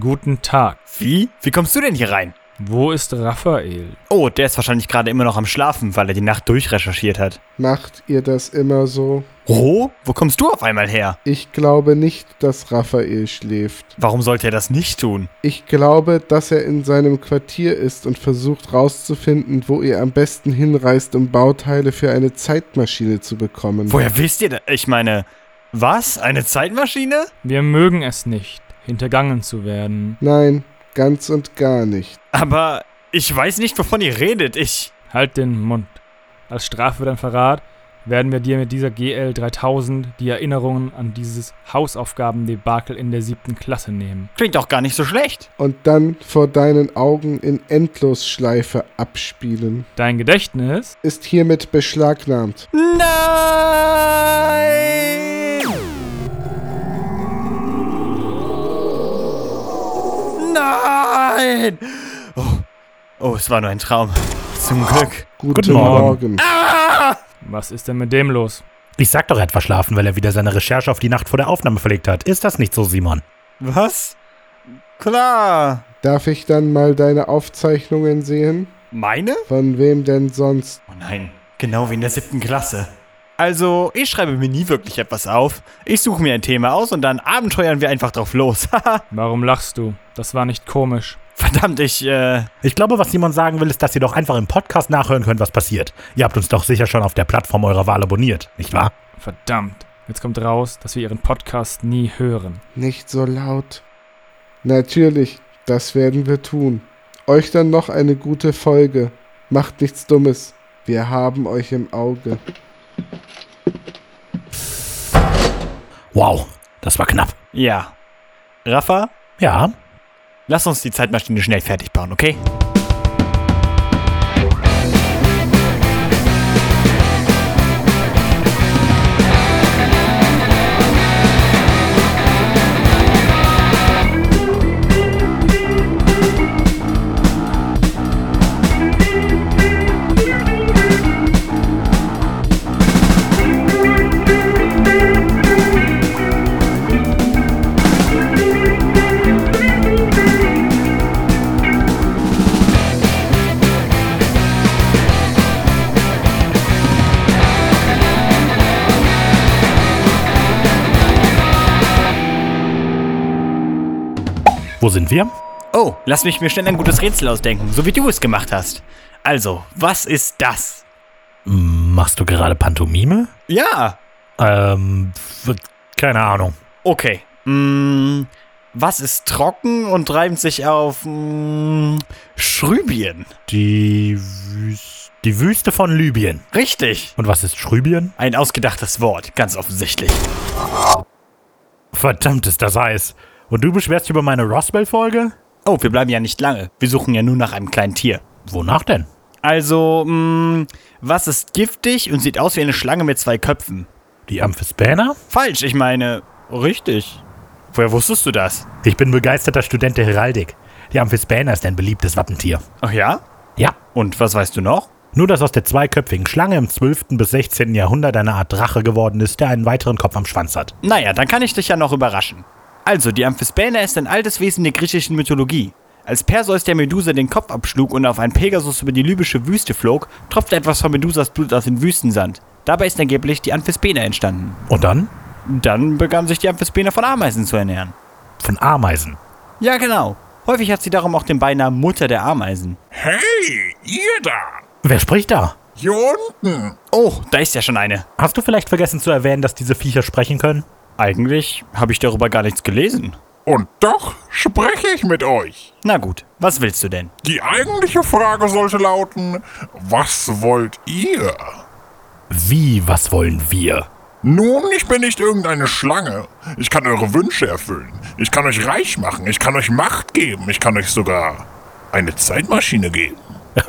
Guten Tag. Wie? Wie kommst du denn hier rein? Wo ist Raphael? Oh, der ist wahrscheinlich gerade immer noch am Schlafen, weil er die Nacht durchrecherchiert hat. Macht ihr das immer so? Ro? Wo kommst du auf einmal her? Ich glaube nicht, dass Raphael schläft. Warum sollte er das nicht tun? Ich glaube, dass er in seinem Quartier ist und versucht rauszufinden, wo ihr am besten hinreist, um Bauteile für eine Zeitmaschine zu bekommen. Woher wisst ihr das? Ich meine, was? Eine Zeitmaschine? Wir mögen es nicht, hintergangen zu werden. Nein, ganz und gar nicht. Aber ich weiß nicht, wovon ihr redet. Ich. Halt den Mund. Als Strafe für deinen Verrat werden wir dir mit dieser GL 3000 die Erinnerungen an dieses Hausaufgabendebakel in der siebten Klasse nehmen. Klingt auch gar nicht so schlecht. Und dann vor deinen Augen in Endlosschleife abspielen. Dein Gedächtnis? Ist hiermit beschlagnahmt. Nein! Nein! Oh, oh, es war nur ein Traum. Zum Glück. Guten, Morgen. Was ist denn mit dem los? Ich sag doch, er hat verschlafen, weil er wieder seine Recherche auf die Nacht vor der Aufnahme verlegt hat. Ist das nicht so, Simon? Was? Klar. Darf ich dann mal deine Aufzeichnungen sehen? Meine? Von wem denn sonst? Oh nein, genau wie in der siebten Klasse. Also, ich schreibe mir nie wirklich etwas auf. Ich suche mir ein Thema aus und dann abenteuern wir einfach drauf los. Haha. Warum lachst du? Das war nicht komisch. Verdammt, ich, äh, Ich glaube, was Simon sagen will, ist, dass ihr doch einfach im Podcast nachhören könnt, was passiert. Ihr habt uns doch sicher schon auf der Plattform eurer Wahl abonniert, nicht wahr? Verdammt. Jetzt kommt raus, dass wir ihren Podcast nie hören. Nicht so laut. Natürlich, das werden wir tun. Euch dann noch eine gute Folge. Macht nichts Dummes. Wir haben euch im Auge. Wow, das war knapp. ja. Rafa, Ja, lass uns die Zeitmaschine schnell fertig bauen, okay? wo sind wir? Oh, lass mich mir schnell ein gutes Rätsel ausdenken, so wie du es gemacht hast. Also, was ist das? Machst du gerade Pantomime? Ja, Ähm, w- keine Ahnung. okay. Mm, was ist trocken und reimt sich auf mm, Schrübien? Die, Wüs die Wüste von Libyen. Richtig. Und was ist Schrübien? Ein ausgedachtes Wort, ganz offensichtlich. Verdammt ist das heiß. Und du beschwerst dich über meine Roswell-Folge? Oh, wir bleiben ja nicht lange. Wir suchen ja nur nach einem kleinen Tier. Wonach denn? Also, mh, was ist giftig und sieht aus wie eine Schlange mit zwei Köpfen? Die Amphispäner? Falsch, ich meine, richtig. Woher wusstest du das? Ich bin begeisterter Student der Heraldik. Die Amphispäner ist ein beliebtes Wappentier. Ach ja? Ja, Und was weißt du noch? Nur, dass aus der zweiköpfigen Schlange im 12. bis 16. Jahrhundert eine Art Drache geworden ist, der einen weiteren Kopf am Schwanz hat. Naja, dann kann ich dich ja noch überraschen. Also, die Amphisbäne ist ein altes Wesen der griechischen Mythologie. Als Perseus der Medusa den Kopf abschlug und auf einen Pegasus über die libysche Wüste flog, tropfte etwas von Medusas Blut aus dem Wüstensand. Dabei ist angeblich die Amphisbäne entstanden. Und dann? Dann begann sich die Amphisbäne von Ameisen zu ernähren. Von Ameisen. Ja, genau. Häufig hat sie darum auch den Beinamen Mutter der Ameisen. Hey, ihr da! Wer spricht da? Hier unten! Oh, da ist ja schon eine. Hast du vielleicht vergessen zu erwähnen, dass diese Viecher sprechen können? Eigentlich habe ich darüber gar nichts gelesen. Und doch spreche ich mit euch. Na gut, was willst du denn? Die eigentliche Frage sollte lauten, was wollt ihr? Wie, was wollen wir? Nun, ich bin nicht irgendeine Schlange. Ich kann eure Wünsche erfüllen. Ich kann euch reich machen. Ich kann euch Macht geben. Ich kann euch sogar eine Zeitmaschine geben.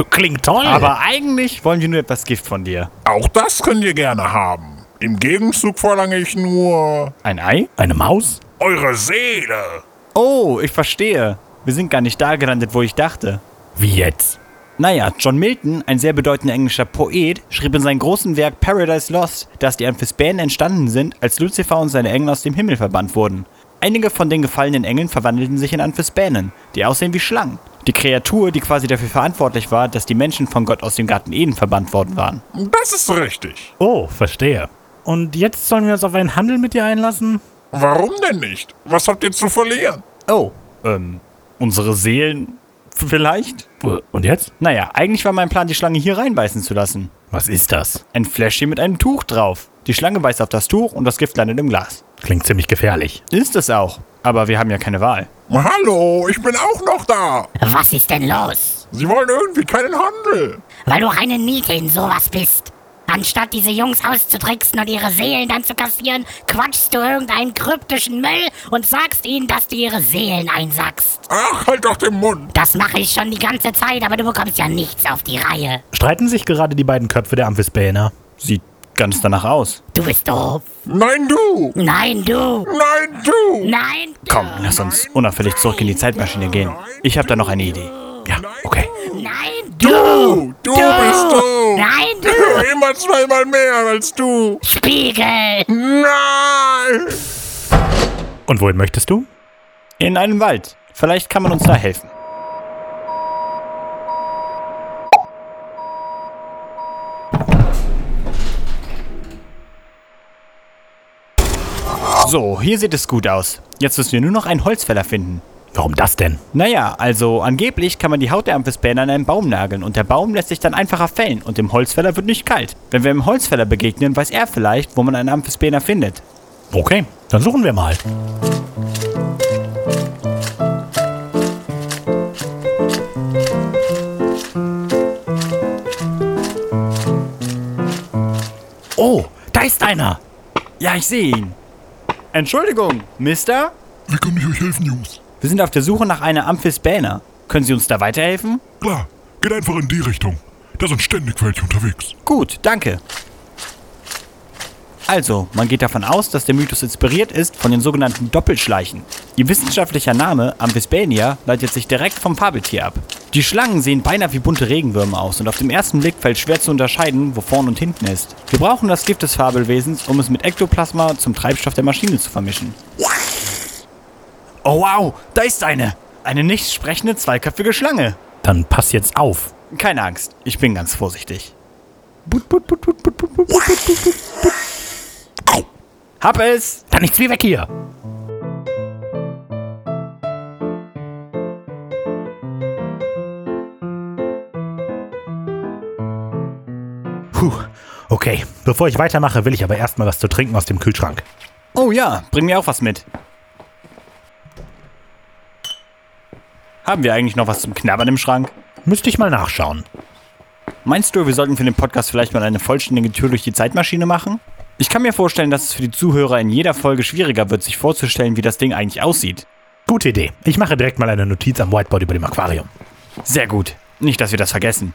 Klingt toll. Aber Aber eigentlich wollen wir nur etwas Gift von dir. Auch das könnt ihr gerne haben. Im Gegenzug verlange ich nur Ein Ei? eine Maus? eure Seele. Oh, ich verstehe. Wir sind gar nicht da gelandet, wo ich dachte. Wie jetzt? Naja, John Milton, ein sehr bedeutender englischer Poet, schrieb in seinem großen Werk Paradise Lost, dass die Amphisbäen entstanden sind, als Luzifer und seine Engel aus dem Himmel verbannt wurden. Einige von den gefallenen Engeln verwandelten sich in Amphisbänen, die aussehen wie Schlangen. Die Kreatur, die quasi dafür verantwortlich war, dass die Menschen von Gott aus dem Garten Eden verbannt worden waren. Das ist richtig. Oh, verstehe. Und jetzt sollen wir uns auf einen Handel mit dir einlassen? Warum denn nicht? Was habt ihr zu verlieren? Oh, ähm, unsere Seelen f- vielleicht? Und jetzt? Naja, eigentlich war mein Plan, die Schlange hier reinbeißen zu lassen. Was ist das? Ein Fläschchen mit einem Tuch drauf. Die Schlange beißt auf das Tuch und das Gift landet im Glas. Klingt ziemlich gefährlich. Ist es auch. Aber wir haben ja keine Wahl. Hallo, ich bin auch noch da. Was ist denn los? Sie wollen irgendwie keinen Handel. Weil du eine Niete in sowas bist. Anstatt diese Jungs auszutricksen und ihre Seelen dann zu kassieren, quatschst du irgendeinen kryptischen Müll und sagst ihnen, dass du ihre Seelen einsackst. Ach, halt doch den Mund. Das mache ich schon die ganze Zeit, aber du bekommst ja nichts auf die Reihe. Streiten sich gerade die beiden Köpfe der Amphisbäner? Sieht ganz danach aus. Du bist doof. Nein, du. Nein, du. Nein, du. Nein. du. Komm, lass uns unauffällig zurück in die Zeitmaschine gehen. Ich habe da noch eine Idee. Ja, okay. Nein, Du, du bist du. Nein, du. Immer zweimal mehr als du. Spiegel. Nein. Und wohin möchtest du? In einem Wald. Vielleicht kann man uns da helfen. So, hier sieht es gut aus. Jetzt müssen wir nur noch einen Holzfäller finden. Warum das denn? Naja, also angeblich kann man die Haut der Amphisbäne an einen Baum nageln und der Baum lässt sich dann einfacher fällen und dem Holzfäller wird nicht kalt. Wenn wir dem Holzfäller begegnen, weiß er vielleicht, wo man einen Amphisbäner findet. Okay, dann suchen wir mal. Oh, da ist einer. Ja, ich sehe ihn. Entschuldigung, Mister? Wie kann ich euch helfen, Jungs? Wir sind auf der Suche nach einer Amphisbäner. Können Sie uns da weiterhelfen? Klar, geht einfach in die Richtung. Da sind ständig welche unterwegs. Gut, danke. Also, man geht davon aus, dass der Mythos inspiriert ist von den sogenannten Doppelschleichen. Ihr wissenschaftlicher Name, Amphisbenia, leitet sich direkt vom Fabeltier ab. Die Schlangen sehen beinahe wie bunte Regenwürmer aus und auf dem ersten Blick fällt schwer zu unterscheiden, wo vorn und hinten ist. Wir brauchen das Gift des Fabelwesens, um es mit Ektoplasma zum Treibstoff der Maschine zu vermischen. Oh wow, da ist eine! Eine nicht sprechende zweiköpfige Schlange! Dann pass jetzt auf. Keine Angst, ich bin ganz vorsichtig. Hab es! Dann nichts wie weg hier. Puh, okay. Bevor ich weitermache, will ich aber erstmal was zu trinken aus dem Kühlschrank. Oh ja, bring mir auch was mit. Haben wir eigentlich noch was zum Knabbern im Schrank? Müsste ich mal nachschauen. Meinst du, wir sollten für den Podcast vielleicht mal eine vollständige Tür durch die Zeitmaschine machen? Ich kann mir vorstellen, dass es für die Zuhörer in jeder Folge schwieriger wird, sich vorzustellen, wie das Ding eigentlich aussieht. Gute Idee. Ich mache direkt mal eine Notiz am Whiteboard über dem Aquarium. Sehr gut. Nicht, dass wir das vergessen.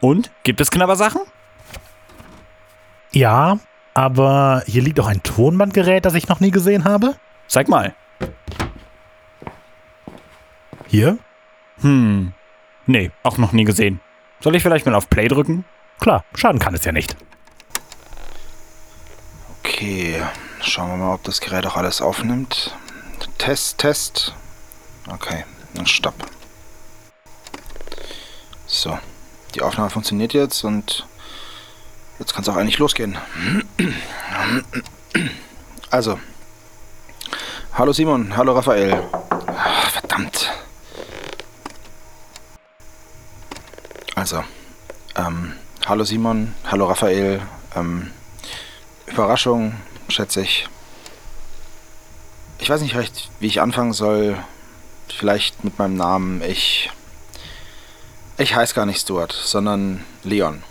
Und? Gibt es Knabbersachen? Ja, aber hier liegt auch ein Tonbandgerät, das ich noch nie gesehen habe. Zeig mal. Hier? Hm. Nee, auch noch nie gesehen. Soll ich vielleicht mal auf Play drücken? Klar, schaden kann es ja nicht. Okay, schauen wir mal, ob das Gerät auch alles aufnimmt. Test, Test. Okay, dann stopp. So, die Aufnahme funktioniert jetzt und jetzt kann es auch eigentlich losgehen. Also, hallo Simon, hallo Raphael. Ah, verdammt. Also, ähm, hallo Simon, hallo Raphael. Ähm, Überraschung, schätze ich. Ich weiß nicht recht, wie ich anfangen soll. Vielleicht mit meinem Namen. Ich. Ich heiße gar nicht Stuart, sondern Leon.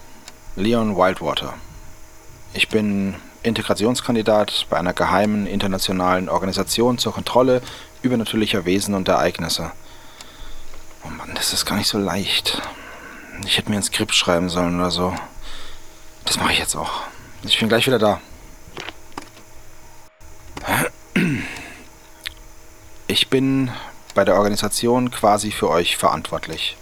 Leon Wildwater. Ich bin Integrationskandidat bei einer geheimen internationalen Organisation zur Kontrolle übernatürlicher Wesen und Ereignisse. Oh Mann, das ist gar nicht so leicht. Ich hätte mir ein Skript schreiben sollen oder so. Das mache ich jetzt auch. Ich bin gleich wieder da. Ich bin bei der Organisation quasi für euch verantwortlich.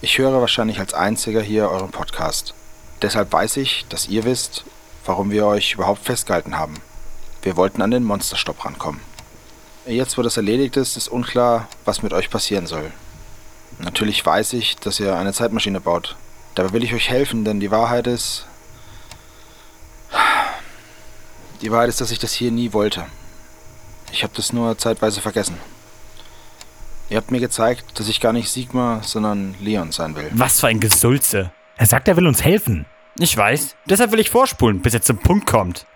Ich höre wahrscheinlich als einziger hier euren Podcast. Deshalb weiß ich, dass ihr wisst, warum wir euch überhaupt festgehalten haben. Wir wollten an den Monsterstopp rankommen. Jetzt, wo das erledigt ist, ist unklar, was mit euch passieren soll. Natürlich weiß ich, dass ihr eine Zeitmaschine baut. Dabei will ich euch helfen, denn die Wahrheit ist... Die Wahrheit ist, dass ich das hier nie wollte. Ich habe das nur zeitweise vergessen. Ihr habt mir gezeigt, dass ich gar nicht Sigma, sondern Leon sein will. Was für ein Gesulze. Er sagt, er will uns helfen. Ich weiß. Deshalb will ich vorspulen, bis er zum Punkt kommt.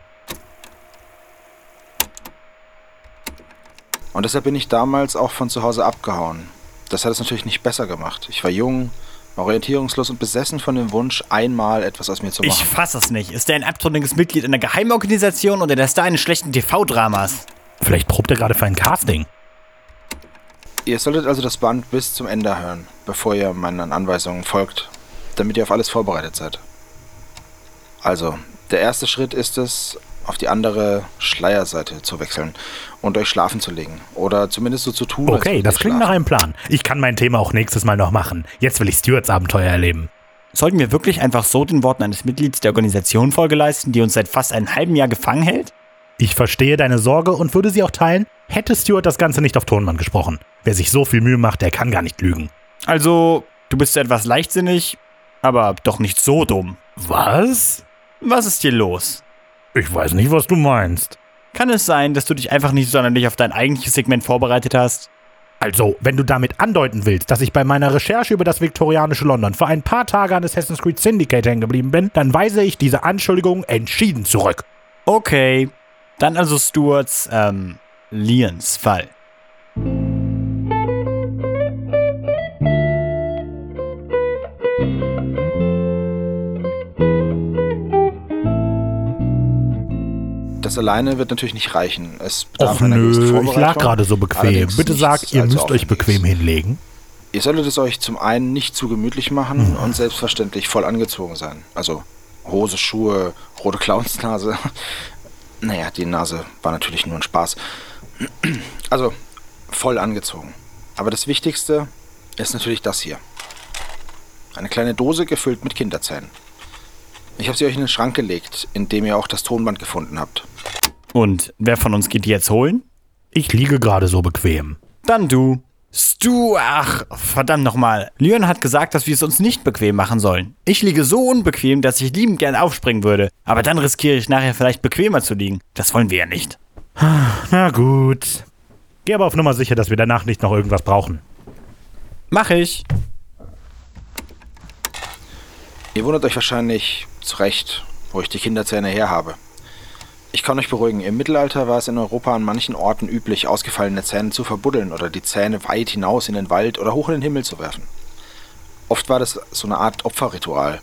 Und deshalb bin ich damals auch von zu Hause abgehauen. Das hat es natürlich nicht besser gemacht. Ich war jung, orientierungslos und besessen von dem Wunsch, einmal etwas aus mir zu Ich machen. fass es nicht. Ist er ein abtrünniges Mitglied einer Geheimorganisation oder der Star eines schlechten TV-Dramas? Vielleicht probt er gerade für ein Casting. Ihr solltet also das Band bis zum Ende hören, bevor ihr meinen Anweisungen folgt, damit ihr auf alles vorbereitet seid. Also, der erste Schritt ist es, auf die andere Schleierseite zu wechseln und euch schlafen zu legen. Oder zumindest so zu tun. als Okay, würdet Oh, das ihr klingt nach schlafen. einem Plan. Ich kann mein Thema auch nächstes Mal noch machen. Jetzt will ich Stuarts Abenteuer erleben. Sollten wir wirklich einfach so den Worten eines Mitglieds der Organisation Folge leisten, die uns seit fast einem halben Jahr gefangen hält? Ich verstehe deine Sorge und würde sie auch teilen, hätte Stuart das Ganze nicht auf Tonmann gesprochen. Wer sich so viel Mühe macht, der kann gar nicht lügen. Also, du bist etwas leichtsinnig, aber doch nicht so dumm. Was? Was ist hier los? Ich weiß nicht, was du meinst. Kann es sein, dass du dich einfach nicht sonderlich auf dein eigentliches Segment vorbereitet hast? Also, wenn du damit andeuten willst, dass ich bei meiner Recherche über das viktorianische London für ein paar Tage an Assassin's Creed Syndicate hängen geblieben bin, dann weise ich diese Anschuldigung entschieden zurück. Okay, dann also Stuarts, ähm, Lians Fall. Das alleine wird natürlich nicht reichen. Es bedarf Och einer gewissen nö, ich Vorbereitung. lag gerade so bequem. Allerdings also Bitte nichts sag, ihr allzu müsst euch Aufwendiges. bequem hinlegen. Ihr solltet es euch zum einen nicht zu gemütlich machen und selbstverständlich voll angezogen sein. Also Hose, Schuhe, rote Clownsnase. Naja, die Nase war natürlich nur ein Spaß. Also voll angezogen. Aber das Wichtigste ist natürlich das hier. Eine kleine Dose gefüllt mit Kinderzähnen. Ich habe sie euch in den Schrank gelegt, in dem ihr auch das Tonband gefunden habt. Und wer von uns geht die jetzt holen? Ich liege gerade so bequem. Dann du. Stu, ach, verdammt nochmal. Leon hat gesagt, dass wir es uns nicht bequem machen sollen. Ich liege so unbequem, dass ich liebend gern aufspringen würde. Aber dann riskiere ich nachher vielleicht bequemer zu liegen. Das wollen wir ja nicht. Na gut. Geh aber auf Nummer sicher, dass wir danach nicht noch irgendwas brauchen. Mach ich. Ihr wundert euch wahrscheinlich zu Recht, wo ich die Kinderzähne her habe. Ich kann euch beruhigen, im Mittelalter war es in Europa an manchen Orten üblich, ausgefallene Zähne zu verbuddeln oder die Zähne weit hinaus in den Wald oder hoch in den Himmel zu werfen. Oft war das so eine Art Opferritual.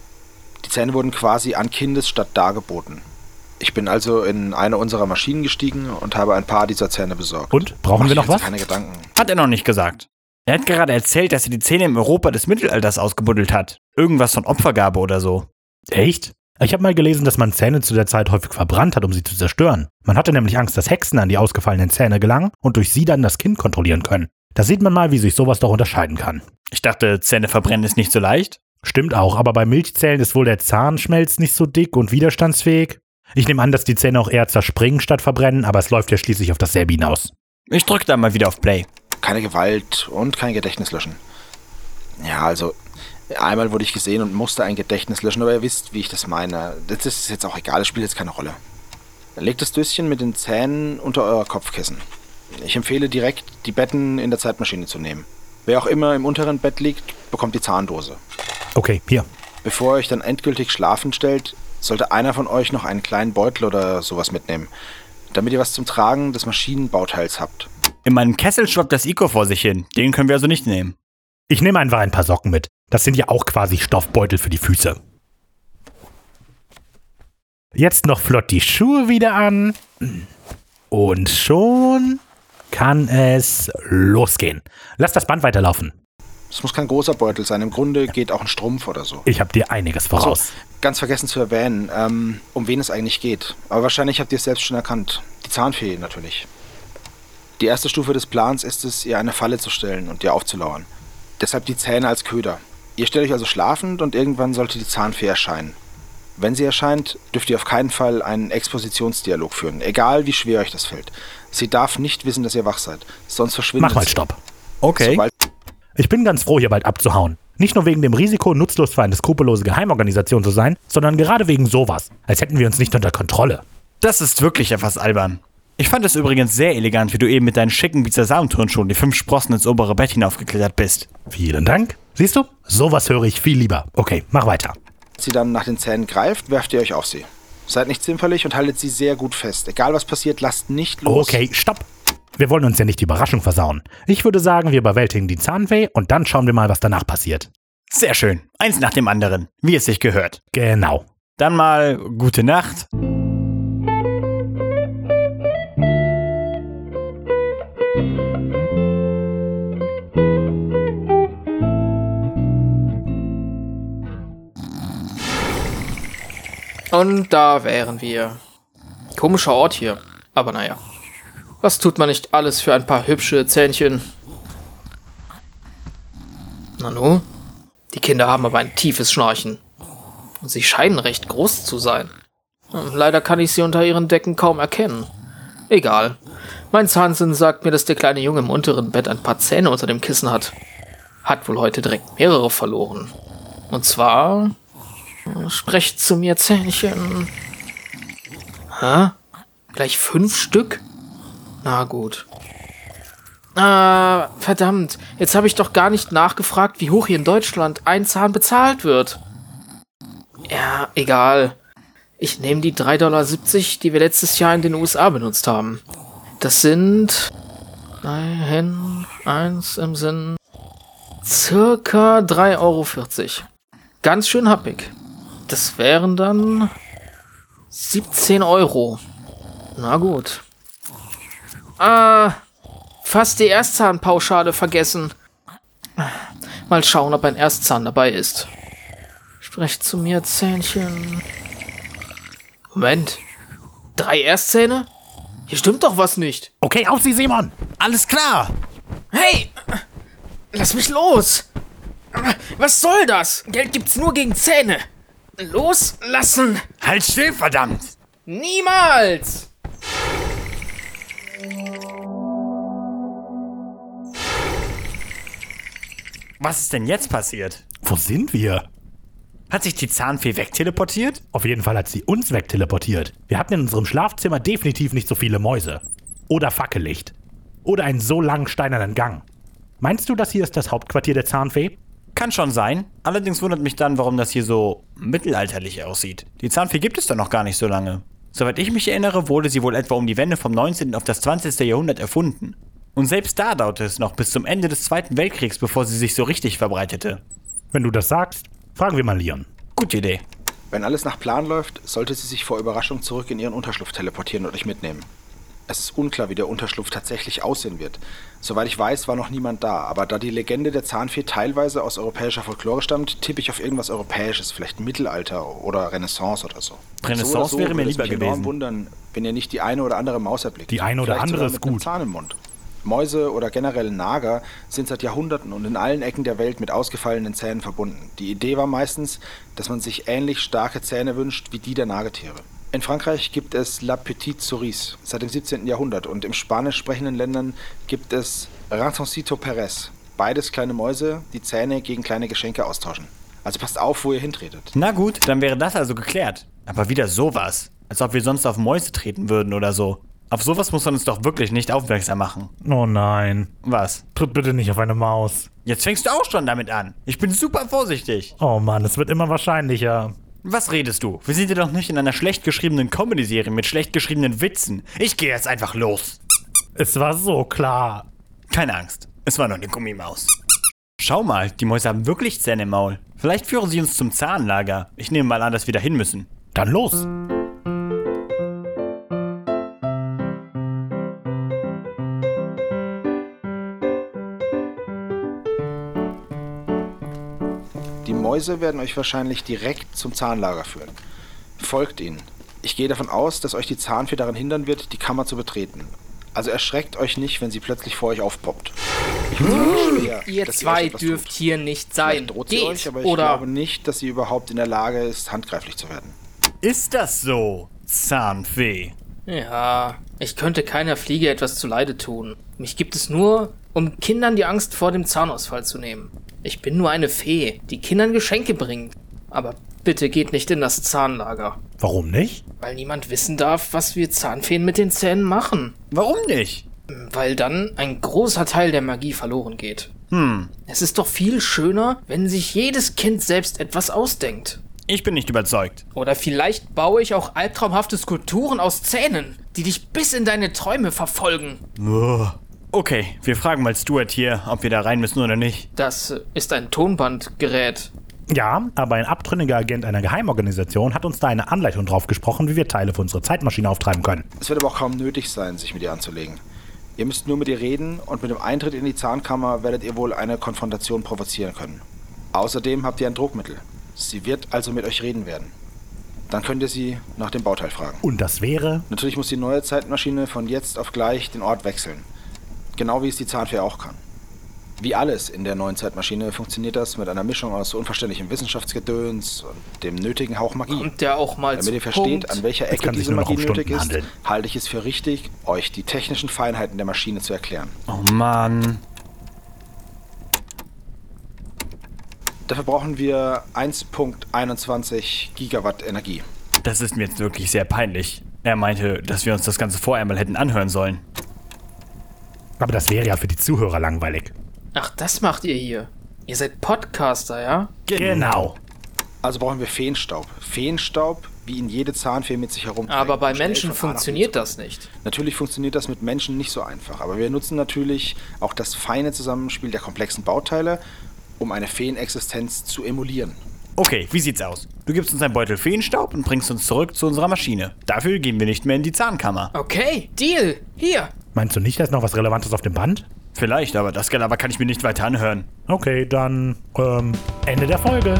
Die Zähne wurden quasi an Kindesstatt dargeboten. Ich bin also in eine unserer Maschinen gestiegen und habe ein paar dieser Zähne besorgt. Und? Brauchen Macht wir noch euch also was? Keine Gedanken. Hat er noch nicht gesagt. Er hat gerade erzählt, dass er die Zähne im Europa des Mittelalters ausgebuddelt hat. Irgendwas von Opfergabe oder so. Echt? Ich habe mal gelesen, dass man Zähne zu der Zeit häufig verbrannt hat, um sie zu zerstören. Man hatte nämlich Angst, dass Hexen an die ausgefallenen Zähne gelangen und durch sie dann das Kind kontrollieren können. Da sieht man mal, wie sich sowas doch unterscheiden kann. Ich dachte, Zähne verbrennen ist nicht so leicht. Stimmt auch, aber bei Milchzähnen ist wohl der Zahnschmelz nicht so dick und widerstandsfähig. Ich nehme an, dass die Zähne auch eher zerspringen statt verbrennen, aber es läuft ja schließlich auf dasselbe hinaus. Ich drück da mal wieder auf Play. Keine Gewalt und kein Gedächtnis löschen. Ja, also einmal wurde ich gesehen und musste ein Gedächtnis löschen, aber ihr wisst, wie ich das meine. Das ist jetzt auch egal, das spielt jetzt keine Rolle. Dann legt das Döschen mit den Zähnen unter euer Kopfkissen. Ich empfehle direkt, die Betten in der Zeitmaschine zu nehmen. Wer auch immer im unteren Bett liegt, bekommt die Zahndose. Okay, hier. Bevor ihr euch dann endgültig schlafen stellt, sollte einer von euch noch einen kleinen Beutel oder sowas mitnehmen, damit ihr was zum Tragen des Maschinenbauteils habt. In meinem Kessel schwappt das Ico vor sich hin. Den können wir also nicht nehmen. Ich nehme einfach ein paar Socken mit. Das sind ja auch quasi Stoffbeutel für die Füße. Jetzt noch flott die Schuhe wieder an. Und schon kann es losgehen. Lass das Band weiterlaufen. Es muss kein großer Beutel sein. Im Grunde geht auch ein Strumpf oder so. Ich habe dir einiges voraus. Ganz vergessen zu erwähnen, ähm, um wen es eigentlich geht. Aber wahrscheinlich habt ihr es selbst schon erkannt. Die Zahnfee natürlich. Die erste Stufe des Plans ist es, ihr eine Falle zu stellen und ihr aufzulauern. Deshalb die Zähne als Köder. Ihr stellt euch also schlafend und irgendwann sollte die Zahnfee erscheinen. Wenn sie erscheint, dürft ihr auf keinen Fall einen Expositionsdialog führen, egal wie schwer euch das fällt. Sie darf nicht wissen, dass ihr wach seid, sonst verschwindet Mach mal sie. Stopp. Okay. Sobald Ich bin ganz froh, hier bald abzuhauen. Nicht nur wegen dem Risiko, nutzlos für eine skrupellose Geheimorganisation zu sein, sondern gerade wegen sowas. Als hätten wir uns nicht unter Kontrolle. Das ist wirklich etwas albern. Ich fand es übrigens sehr elegant, wie du eben mit deinen schicken Bizarre-Turnschuhen die fünf Sprossen ins obere Bett hinaufgeklettert bist. Vielen Dank. Siehst du? Sowas höre ich viel lieber. Okay, mach weiter. sie dann nach den Zähnen greift, werft ihr euch auf sie. Seid nicht zimperlich und haltet sie sehr gut fest. Egal was passiert, lasst nicht los. Okay, stopp. Wir wollen uns ja nicht die Überraschung versauen. Ich würde sagen, wir überwältigen die Zahnweh und dann schauen wir mal, was danach passiert. Sehr schön. Eins nach dem anderen, wie es sich gehört. Genau. Dann mal gute Nacht. Und da wären wir. Komischer Ort hier, aber naja. Was tut man nicht alles für ein paar hübsche Zähnchen? Nanu? Die Kinder haben aber ein tiefes Schnarchen. Und sie scheinen recht groß zu sein. Hm, Leider kann ich sie unter ihren Decken kaum erkennen. Egal. Mein Zahnsinn sagt mir, dass der kleine Junge im unteren Bett ein paar Zähne unter dem Kissen hat. Hat wohl heute direkt mehrere verloren. Und zwar Sprecht zu mir, Zähnchen. Hä? Gleich fünf Stück? Na gut. Ah, verdammt. Jetzt habe ich doch gar nicht nachgefragt, wie hoch hier in Deutschland ein Zahn bezahlt wird. Ja, egal. Ich nehme die 3,70 Dollar, die wir letztes Jahr in den USA benutzt haben. Das sind... Nein, eins im Sinn... Circa 3,40 Euro. Ganz schön happig. Das wären dann 17 Euro. Na gut. Ah, fast die Erstzahnpauschale vergessen. Mal schauen, ob ein Erstzahn dabei ist. Sprecht zu mir, Zähnchen. Moment. Drei Erstzähne? Hier stimmt doch was nicht. Okay, auf Sie, Simon! Alles klar. Hey! Lass mich los! Was soll das? Geld gibt's nur gegen Zähne. Loslassen! Halt still, verdammt. Niemals! Was ist denn jetzt passiert? Wo sind wir? Hat sich die Zahnfee wegteleportiert? Auf jeden Fall hat sie uns wegteleportiert. Wir hatten in unserem Schlafzimmer definitiv nicht so viele Mäuse. Oder Fackellicht. Oder einen so langen steinernen Gang. Meinst du, das hier ist das Hauptquartier der Zahnfee? Kann schon sein. Allerdings wundert mich dann, warum das hier so mittelalterlich aussieht. Die Zahnfee gibt es doch noch gar nicht so lange. Soweit ich mich erinnere, wurde sie wohl etwa um die Wende vom 19. auf das 20. Jahrhundert erfunden. Und selbst da dauerte es noch bis zum Ende des Zweiten Weltkriegs, bevor sie sich so richtig verbreitete. Wenn du das sagst, fragen wir mal Leon. Gute Idee. Wenn alles nach Plan läuft, sollte sie sich vor Überraschung zurück in ihren Unterschlupf teleportieren und euch mitnehmen. Es ist unklar, wie der Unterschlupf tatsächlich aussehen wird. Soweit ich weiß, war noch niemand da, aber da die Legende der Zahnfee teilweise aus europäischer Folklore stammt, tippe ich auf irgendwas Europäisches, vielleicht Mittelalter oder Renaissance oder so. Renaissance so oder wäre mir würde es lieber mich enorm gewesen. wundern, wenn ihr nicht die eine oder andere Maus erblickt. Die eine oder vielleicht andere sogar ist mit einem gut. Zahn im Mund. Mäuse oder generell Nager sind seit Jahrhunderten und in allen Ecken der Welt mit ausgefallenen Zähnen verbunden. Die Idee war meistens, dass man sich ähnlich starke Zähne wünscht wie die der Nagetiere. In Frankreich gibt es La Petite Souris seit dem 17. Jahrhundert und im spanisch sprechenden Ländern gibt es Ratoncito Perez. Beides kleine Mäuse, die Zähne gegen kleine Geschenke austauschen. Also passt auf, wo ihr hintretet. Na gut, dann wäre das also geklärt. Aber wieder sowas. Als ob wir sonst auf Mäuse treten würden oder so. Auf sowas muss man uns doch wirklich nicht aufmerksam machen. Oh nein. Was? Tritt bitte nicht auf eine Maus. Jetzt fängst du auch schon damit an. Ich bin super vorsichtig. Oh Mann, es wird immer wahrscheinlicher. Was redest du? Wir sind ja doch nicht in einer schlecht geschriebenen Comedy-Serie mit schlecht geschriebenen Witzen. Ich gehe jetzt einfach los. Es war so klar. Keine Angst, es war nur eine Gummimaus. Schau mal, die Mäuse haben wirklich Zähne im Maul. Vielleicht führen sie uns zum Zahnlager. Ich nehme mal an, dass wir da hin müssen. Dann los. Die Mäuse werden euch wahrscheinlich direkt zum Zahnlager führen. Folgt ihnen. Ich gehe davon aus, dass euch die Zahnfee daran hindern wird, die Kammer zu betreten. Also erschreckt euch nicht, wenn sie plötzlich vor euch aufpoppt. Ich bin wirklich schwer, Hm, Ihr dass sie euch zwei etwas dürft tut. hier nicht sein. Vielleicht droht sie Geht! euch, aber ich oder glaube nicht, dass sie überhaupt in der Lage ist, handgreiflich zu werden. Ist das so, Zahnfee? Ja, ich könnte keiner Fliege etwas zuleide tun. Mich gibt es nur, um Kindern die Angst vor dem Zahnausfall zu nehmen. Ich bin nur eine Fee, die Kindern Geschenke bringt. Aber bitte geht nicht in das Zahnlager, Warum nicht? weil niemand wissen darf, was wir Zahnfeen mit den Zähnen machen. Warum nicht? Weil dann ein großer Teil der Magie verloren geht. Hm. Es ist doch viel schöner, wenn sich jedes Kind selbst etwas ausdenkt. Ich bin nicht überzeugt. Oder vielleicht baue ich auch albtraumhafte Skulpturen aus Zähnen, die dich bis in deine Träume verfolgen. Okay, wir fragen mal Stuart hier, ob wir da rein müssen oder nicht. Das äh, ist ein Tonbandgerät. Ja, aber ein abtrünniger Agent einer Geheimorganisation hat uns da eine Anleitung drauf gesprochen, wie wir Teile für unsere Zeitmaschine auftreiben können. Es wird aber auch kaum nötig sein, sich mit ihr anzulegen. Ihr müsst nur mit ihr reden und mit dem Eintritt in die Zahnkammer werdet ihr wohl eine Konfrontation provozieren können. Außerdem habt ihr ein Druckmittel. Sie wird also mit euch reden werden. Dann könnt ihr sie nach dem Bauteil fragen. Und das wäre. Natürlich muss die neue Zeitmaschine von jetzt auf gleich den Ort wechseln. Genau wie es die Zahnfee auch kann. Wie alles in der neuen Zeitmaschine funktioniert das mit einer Mischung aus unverständlichem Wissenschaftsgedöns und dem nötigen Hauch Magie. Und der auch mal Damit zu ihr versteht, Punkt. an welcher Es Ecke kann sich diese nur noch Magie um nötig Stunden ist, handeln. halte ich es für richtig, euch die technischen Feinheiten der Maschine zu erklären. Oh Mann. Dafür brauchen wir 1.21 Gigawatt Energie. Das ist mir jetzt wirklich sehr peinlich. Er meinte, dass wir uns das Ganze vorher mal hätten anhören sollen. Aber das wäre ja für die Zuhörer langweilig. Ach, das macht ihr hier. Ihr seid Podcaster, ja? Genau. Also brauchen wir Feenstaub. Feenstaub, wie ihn jede Zahnfee mit sich herumträgt. Aber bei und schnell Menschen von A nach B funktioniert das nicht. Natürlich funktioniert das mit Menschen nicht so einfach, aber wir nutzen natürlich auch das feine Zusammenspiel der komplexen Bauteile, um eine Feenexistenz zu emulieren. Okay, wie sieht's aus? Du gibst uns einen Beutel Feenstaub und bringst uns zurück zu unserer Maschine. Dafür gehen wir nicht mehr in die Zahnkammer. Okay, Deal. Hier. Meinst du nicht, da ist noch was Relevantes auf dem Band? Vielleicht, aber das Gelaber kann ich mir nicht weiter anhören. Okay, dann ähm, Ende der Folge.